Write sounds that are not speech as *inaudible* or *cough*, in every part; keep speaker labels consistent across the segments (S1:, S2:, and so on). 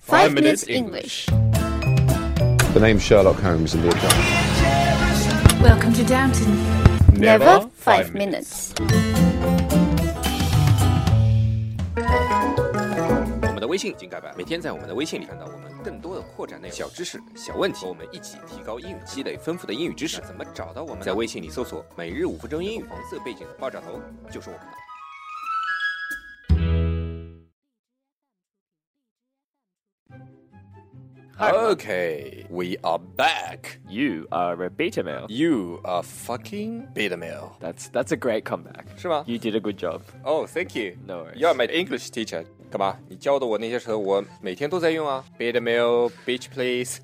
S1: Five Minutes English.
S2: The name Sherlock Holmes in the account.
S3: Welcome to Downton.
S1: Never five minutes.
S4: 我们的微信已经改版，每天在我们的微信里看到我们更多的扩展内容、小知识、小问题，和我们一起提高英语，积累丰富的英语知识。怎么找到我们呢？在微信里搜索“每日五分钟英语”，黄色背景的爆炸头就是我们的。Okay, we are back.
S5: You are a beta male.
S4: You are fucking beta male.
S5: That's that's a great comeback.
S4: 是吗
S5: You did a good job.
S4: Oh, thank you.
S5: No worries.
S4: You are my English teacher. 干嘛？你教的我那些词，我每天都在用啊。Beta male, bitch, *laughs* please.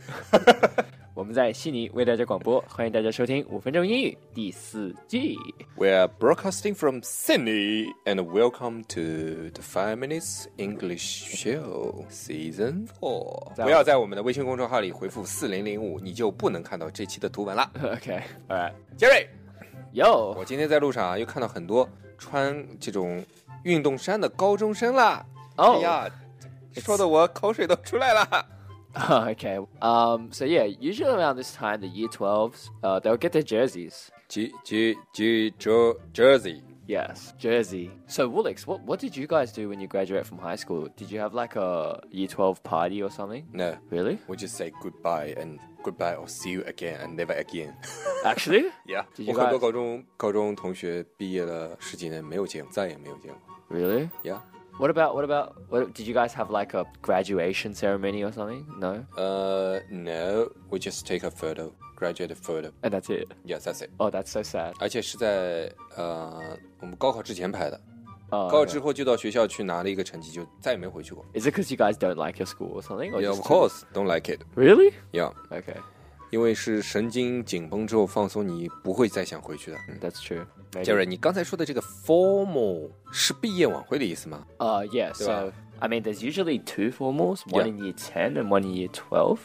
S5: 我们在悉尼为大家广播，欢迎大家收听五分钟英语第四季。 *laughs*
S4: We're broadcasting from Sydney and welcome to the Five Minutes English Show Season Four。
S5: 在
S4: 不要在我们的微信公众号里回复四零零五，你就不能看到这期的图文了。
S5: OK, alright.
S4: 杰瑞，
S5: Yo, *laughs*
S4: 我今天在路上啊，又看到很多穿这种运动衫的高中生啦。
S5: Oh.
S4: 哎呀，说的我口水都出来了。
S5: okay. Um, so yeah, usually around this time, the year 12s, uh, they'll get their jerseys.
S4: G G G Jer- Jersey。
S5: Yes, jersey. So Woolix, what what did you guys do when you graduate from high school? Did you have like a year 12 party or something?
S4: No,
S5: Really?
S4: we just say goodbye and goodbye or see you again and never again.
S5: Actually?
S4: Yeah，
S5: Did
S4: 我
S5: you
S4: 很多
S5: guys-
S4: 高中高中同学毕业了十几年没有见过，再也没有见过。
S5: Really?
S4: Yeah，
S5: What about what about what did you guys have like a graduation ceremony or something? No?
S4: 呃、n o we just take a photo, graduate photo.
S5: And Oh, that's it.
S4: Yeah, that's it.
S5: Oh, that's so sad.
S4: 而且是在呃我们高考之前拍的，
S5: Oh,
S4: 高考
S5: right.
S4: 之后就到学校去拿了一个成绩，就再也没回去过。
S5: Is it because you guys don't like your school or something? Or
S4: Yeah, of
S5: 哦 just-
S4: course, don't like it.
S5: Really?
S4: Yeah，
S5: Okay,
S4: 因为是神经紧绷之后放松，你不会再想回去的。嗯
S5: that's true. Maybe.
S4: 杰瑞，你刚才说的这个 formal 是毕业晚会的意思吗？
S5: Uh, yeah. So I mean, there's usually two formals, one
S4: Yeah.
S5: in year ten and one in year twelve.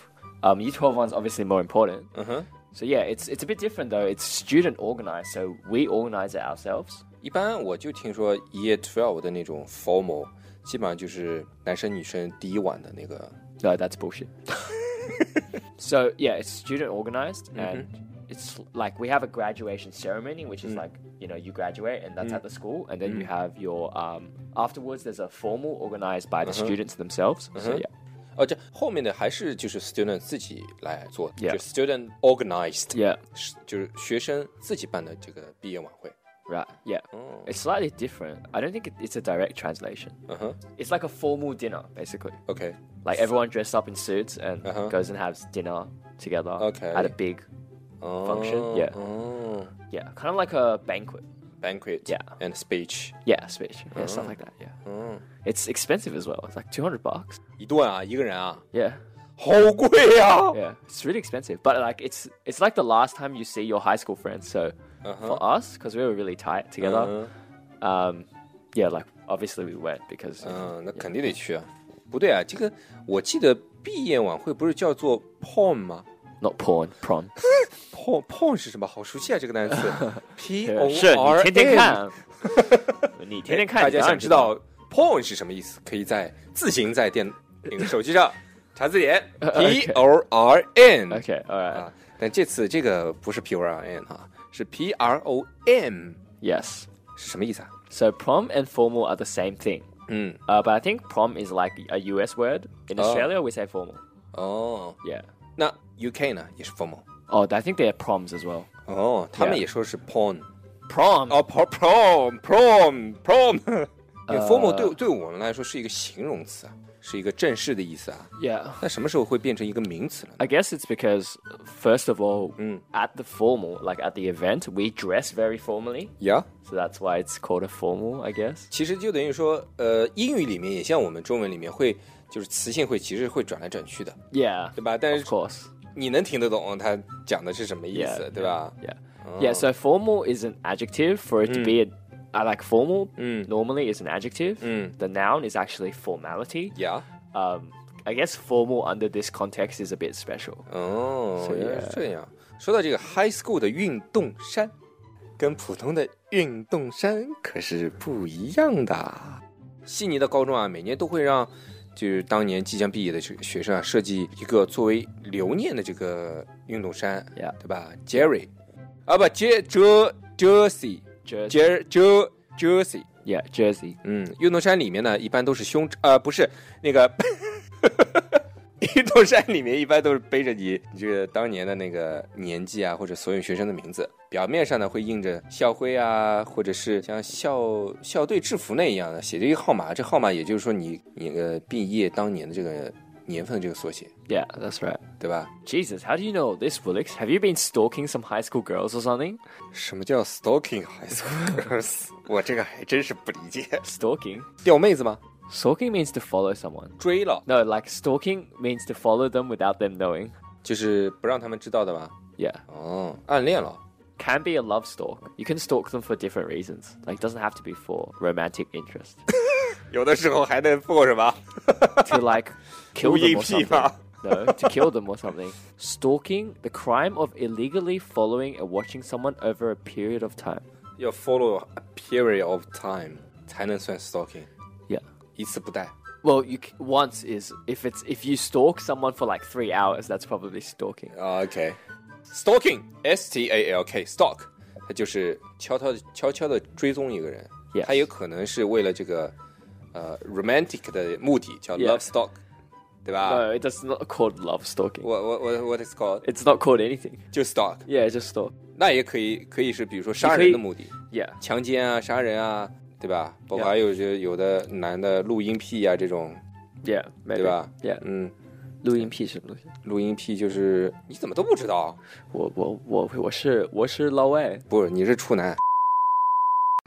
S5: Um, year twelve one's obviously more important.
S4: 嗯哼，
S5: So yeah, it's it's a bit different though. It's student organized, so we organize it ourselves.
S4: 一般我就听说 Year Twelve 的那种 formal，基本上就是男生女生第一晚的那个。
S5: No, that's
S4: *laughs*
S5: bullshit. so yeah, it's student organized
S4: Mm-hmm.
S5: and it's like we have a graduation ceremony, which is
S4: Mm.
S5: like you know you graduate and that's at the school, and then you have your um, afterwards. There's a formal organized by the
S4: Uh-huh.
S5: students themselves. So yeah,
S4: 哦，这后面的还是就是 student 自己来做的
S5: Yeah
S4: 就是 student organized，、
S5: yeah,
S4: 是就是学生自己办的这个毕业晚会。哦
S5: right, yeah. It's slightly different. I don't think it, it's a direct translation.
S4: 嗯哼
S5: It's like a formal dinner basically.
S4: ，OK，
S5: Like everyone dressed up in suits and
S4: Uh-huh.
S5: goes and has dinner together
S4: Okay.
S5: at a big
S4: 哦
S5: Function，yeah
S4: 哦
S5: yeah, kind of like a banquet.
S4: ，banquet
S5: Yeah
S4: and speech，
S5: Yeah, speech. Yeah, stuff like that. Yeah. It's expensive as well. It's like 200 bucks.
S4: 一顿啊，一个人啊，
S5: Yeah.
S4: 好贵啊呀、
S5: Yeah. It's really expensive. But like it's it's like the last time you see your high school friends. So for us cuz we were really tight
S4: 嗯
S5: together. Um yeah, like obviously we went because
S4: 嗯，那肯定得去啊。不对啊，这个我记得毕业晚会不是叫做 prom 吗
S5: not porn, prom.
S4: ？prom prom 是什么？好熟悉啊，这个单词
S5: *laughs*
S4: p o
S5: 是
S4: r
S5: 你
S4: n
S5: 天天看，你天天看，
S4: 大
S5: 你
S4: 家
S5: 当
S4: 想
S5: 然
S4: 知道 prom 是什么意思，可以在自行在电那个手机上查字
S5: *laughs*
S4: 典 p o r n。
S5: 知道。Okay, alright.
S4: 啊，但这次这个不是 p o r n 啊，是 p r o m，
S5: Yes.
S4: 是什么意思啊？
S5: So prom and formal are the same thing.
S4: 嗯，
S5: Uh, but I think prom is like a US word. In Australia, we say formal.
S4: 哦，
S5: Yeah.
S4: 那 UK 呢也是 formal，
S5: Oh, I think they're proms as well.
S4: 哦，他们
S5: Yeah
S4: 也说是 prom。
S5: Prom.
S4: 哦，pro-，prom 呃 prom prom，因为 *laughs* formal 对对我们来说是一个形容词啊，是一个正式的意思啊。
S5: Yeah.
S4: 那什么时候会变成一个名词了呢？
S5: I guess it's because, first of all, at the formal, like at the event, we dress very formally.
S4: 呀、
S5: So that's why it's called a formal, I guess.
S4: 其实就等于说，呃，英语里面也像我们中文里面会，就是词性会其实会转来转去的，
S5: Yeah.
S4: 对吧？但
S5: Of
S4: 是
S5: course.
S4: 你能听得懂他讲的是什么意思
S5: Yeah，
S4: 对吧
S5: Yeah. Yeah, so formal is an adjective. For it to be a, I like formal
S4: Mm. 嗯
S5: normally is an adjective. The noun is actually formality.
S4: 呀
S5: Um, I guess formal under this context is a bit special.
S4: 哦，
S5: So
S4: 原来是
S5: yeah
S4: 这样。说到这个 high school 的运动衫，跟普通的运啊动衫可是不一样的。悉尼的高中啊，每年都会让就是当年即将毕业的学学生啊，设计一个作为留念的这个运动衫
S5: Yeah.
S4: 对吧？Jerry，啊不，J Jer Jersey
S5: Jersey.
S4: Jer Jer Jersey，
S5: Yeah, jersey.
S4: 嗯，运动衫里面呢，一般都是胸呃，不是那个 *laughs* 运动衫里面一般都是背着你你这个当年的那个年纪啊，或者所有学生的名字。表面上呢会印着校徽啊，或者是像校校队制服那一样的写着一个号码，这号码也就是说你你呃毕业当年的这个年份的这个缩写，
S5: Yeah, that's right.
S4: 对吧？
S5: Jesus, how do you know all this, Willix? Have you been stalking some high school girls or something?
S4: 什么叫 stalking high school girls？我这个还真是不理解。
S5: Stalking?
S4: 钓妹子吗？
S5: Stalking means to follow someone.
S4: 追了，
S5: No, like stalking means to follow them without them knowing.
S4: 就是不让他们知道的吧？
S5: Yeah.
S4: 哦，暗恋了。
S5: Can be a love stalk. You can stalk them for different reasons. Like, it doesn't have to be for romantic interest.
S4: 有的时候还能做什么？
S5: to like kill them or
S4: EMP
S5: something.
S4: 吗
S5: No, to kill them or something. Stalking, the crime of illegally following and watching someone over a period of time.
S4: 要 follow a period of time 才能算 stalking，
S5: Yeah.
S4: 一次不带。
S5: Well, you c- once is if it's if you stalk someone for like three hours, that's probably stalking.
S4: 啊 OK，stalking，S T A L K，stalk，它就是悄悄的、悄悄的追踪一个人。
S5: Yes
S4: 他有可能是为了这个呃 romantic 的目的，叫
S5: Yeah
S4: love stalk，对
S5: No,
S4: 吧？
S5: it does not called love stalking.
S4: 我我我 what is called
S5: It's not called anything.
S4: 就 stalk，
S5: Yeah, it's just stalk.
S4: 那也可以可以是比如说杀
S5: 你可
S4: 人
S5: 以
S4: 的目的，
S5: Yeah.
S4: 强奸啊、杀人啊，对吧？包括
S5: Yeah
S4: 还有就有的男的录音癖啊这种，
S5: Yeah. Maybe.
S4: 对吧？
S5: Yeah.
S4: 嗯，
S5: 录音癖什么东西？我我我我是老外。
S4: 录音癖就是你怎么都不知道？不，你是处男。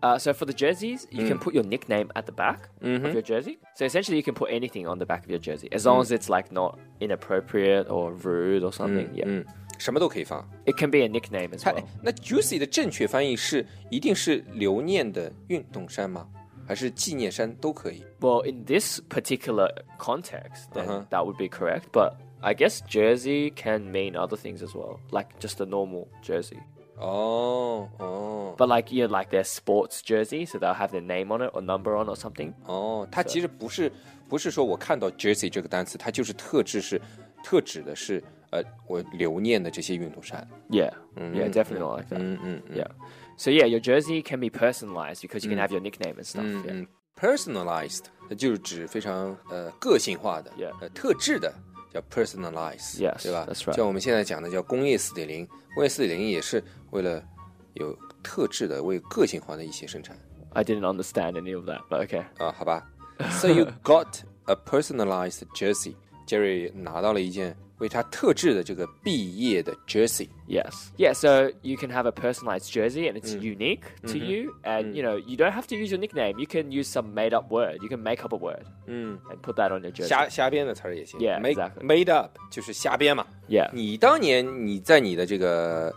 S5: Uh, so for the jerseys, you can put your nickname at the back
S4: 嗯 Hmm.
S5: of your jersey. So essentially, you can put anything on the back of your jersey as long as it's like not inappropriate or rude or something. yeah,
S4: 嗯，什么都可以放。
S5: it can be a nickname as
S4: 它
S5: well.
S4: 那 juicy 的正确翻译是一定是留念的运动衫吗？还是纪念衫都可以？
S5: Well, in this particular context, then
S4: Uh-huh.
S5: that would be correct. But I guess jersey can mean other things as well, like just a normal jersey.
S4: 哦哦
S5: But like you know, like their sports jersey, so they'll have their name on it or number on or something.
S4: 哦，它其实不是不是说我看到 jersey 这个单词，它就是特指是特指的是呃我留念的这些运动衫。
S5: Yeah, Mm-hmm. yeah, definitely not like that.
S4: 嗯嗯嗯
S5: Yeah. So yeah, your jersey can be personalized because you can have your nickname and stuff.
S4: 嗯
S5: yeah.
S4: 嗯，personalized 那就是指非常呃个性化的
S5: Yeah
S4: 呃特制的。叫 personalize，
S5: Yes，
S4: 对吧
S5: that's right
S4: 像我们现在讲的叫工业四点零，工业四点零也是为了有特制的、为个性化的一些生产。
S5: I didn't understand any of that, but okay.
S4: 啊，好
S5: *laughs*
S4: 吧。So you got a personalized jersey. Jerry 拿到了一件为他特制的这个毕业的 jersey。
S5: Yes. Yeah, so you can have a personalized jersey and it's unique to you and you know, you don't have to use your nickname. You can use some made up word. You can make up a word
S4: 嗯，
S5: and put that on your jersey.
S4: 瞎瞎编的词儿也行。
S5: Yeah,
S4: made
S5: exactly.
S4: made up 就是瞎编嘛。
S5: Yeah.
S4: 你当年你在你的这个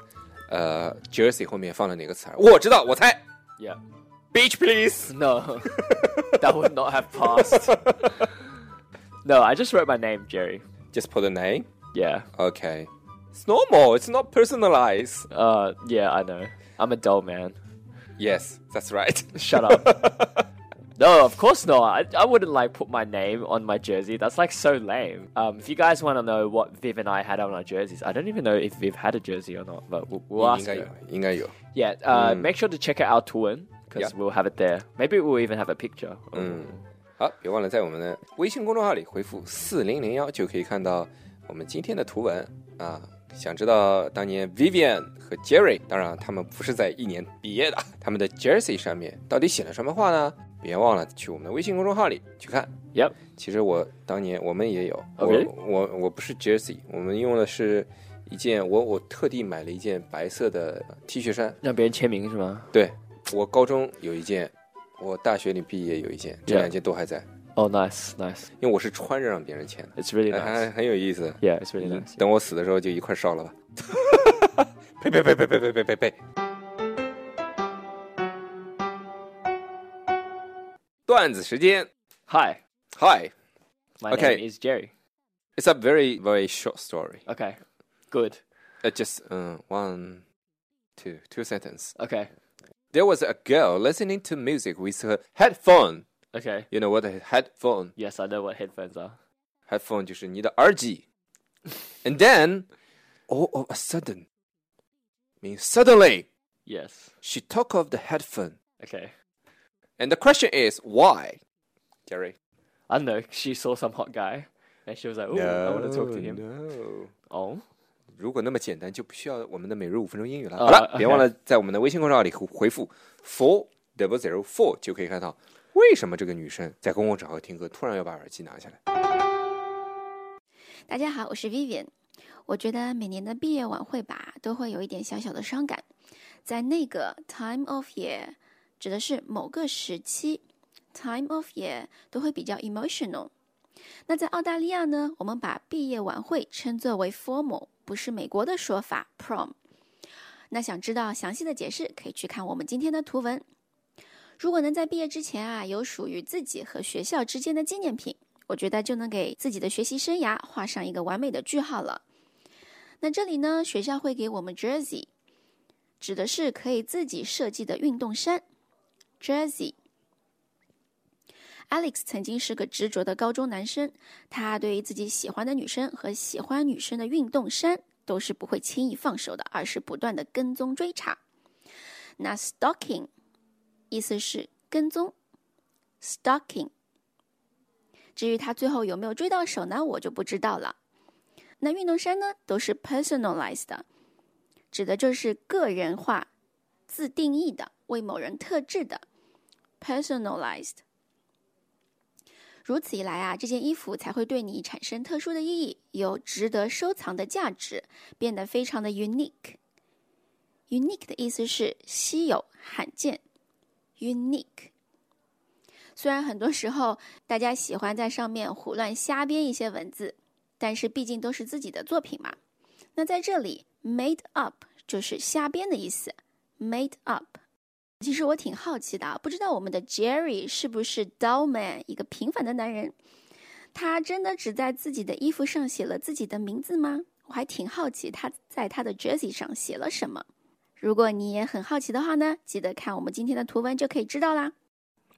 S4: 呃 jersey 后面放了哪个词儿？我知道，我猜
S5: Yeah.
S4: beach please。
S5: *laughs* No. that would not have *laughs* passed. no, I just wrote my name, Jerry.
S4: Just put the name.
S5: Yeah.
S4: Okay. It's normal. It's not personalized.
S5: Uh yeah, I know. I'm a dull man.
S4: Yes, that's right. *laughs*
S5: Shut up. No, of course not. I, I wouldn't like put my name on my jersey. That's like so lame. Um, if you guys want to know what Viv and I had on our jerseys, I don't even know if Viv had a jersey or not, but we'll, we'll
S4: 应
S5: ask
S4: 该有
S5: her.，
S4: 应该有。
S5: Yeah, uh, make sure to check out our tour because
S4: Mm. Yeah. Mm.
S5: we'll have it there. Maybe we'll even have a picture.
S4: 好，别忘了在我们的微信公众号里回复四零零幺，就可以看到我们今天的图文啊。想知道当年 Vivian 和 Jerry，当然他们不是在一年毕业的， *laughs* 他们的 Jersey 上面到底写了什么话呢？别忘了去我们的微信公众号里去看。
S5: Yep.
S4: 其实我当年我们也有，
S5: Oh,
S4: 我
S5: really？
S4: 我我不是 Jersey，我们用的是一件我我特地买了一件白色的 T 恤衫，
S5: 让别人签名是吗？Oh,
S4: 对我高中有一件，我大学里毕业有一件，这
S5: Yeah
S4: 两件都还在。
S5: Oh, nice, nice.
S4: 因为我是穿着让别人签的，
S5: It's really
S4: 哎还
S5: nice.
S4: 很有意思。
S5: Yeah, it's really nice.
S4: 等我死的时候就一块烧了吧。 *laughs* 呸呸呸呸呸呸呸呸呸！段子时间
S5: Hi,
S4: ，Hi，It's
S5: my
S4: Okay.
S5: name is Jerry.
S4: a very very short story.
S5: Okay, good.
S4: Uh, just 嗯、one, two, two sentence.
S5: Okay.
S4: There was a girl listening to music with her headphone
S5: Okay.
S4: You know what a headphone?
S5: Yes, I know what headphones are.
S4: Headphone 就是你的耳机。And then, all of a sudden, means suddenly,
S5: Yes.
S4: she took off the headphone.
S5: Okay.
S4: And the question is why? Jerry.
S5: I don't know. She saw some hot guy, and she was like, "Oh, I want to talk to him."
S4: No.
S5: Oh.
S4: 如果那么简单，就不需要我们的每日五分钟英语了。
S5: 啊
S4: 好了，
S5: ，OK
S4: 别忘了在我们的微信公众号里回回复 four double zero four 就可以看到为什么这个女生在公共场合听歌突然要把耳机拿下来。
S1: 大家好，我是 Vivian。我觉得每年的毕业晚会吧，都会有一点小小的伤感。在那个 time of year，指的是某个时期，time of year 都会比较 emotional。那在澳大利亚呢，我们把毕业晚会称作为 formal，不是美国的说法 prom。那想知道详细的解释，可以去看我们今天的图文。如果能在毕业之前啊，有属于自己和学校之间的纪念品，我觉得就能给自己的学习生涯画上一个完美的句号了。那这里呢，学校会给我们 jersey，指的是可以自己设计的运动衫。jersey。Alex 曾经是个执着的高中男生，他对于自己喜欢的女生和喜欢女生的运动衫都是不会轻易放手的，而是不断的跟踪追查。那 stalking 意思是跟踪，stalking。至于他最后有没有追到手呢，我就不知道了。那运动衫呢，都是 personalized 的，指的就是个人化、自定义的、为某人特制的 personalized。如此一来啊，这件衣服才会对你产生特殊的意义，有值得收藏的价值，变得非常的 unique。unique 的意思是稀有、罕见，unique。虽然很多时候大家喜欢在上面胡乱瞎编一些文字，但是毕竟都是自己的作品嘛。那在这里，made up 就是瞎编的意思，made up。其实我挺好奇的啊，不知道我们的 Jerry 是不是 dull man 一个平凡的男人？他真的只在自己的衣服上写了自己的名字吗？我还挺好奇他在他的 jersey 上写了什么。如果你也很好奇的话呢，记得看我们今天的图文就可以知道啦。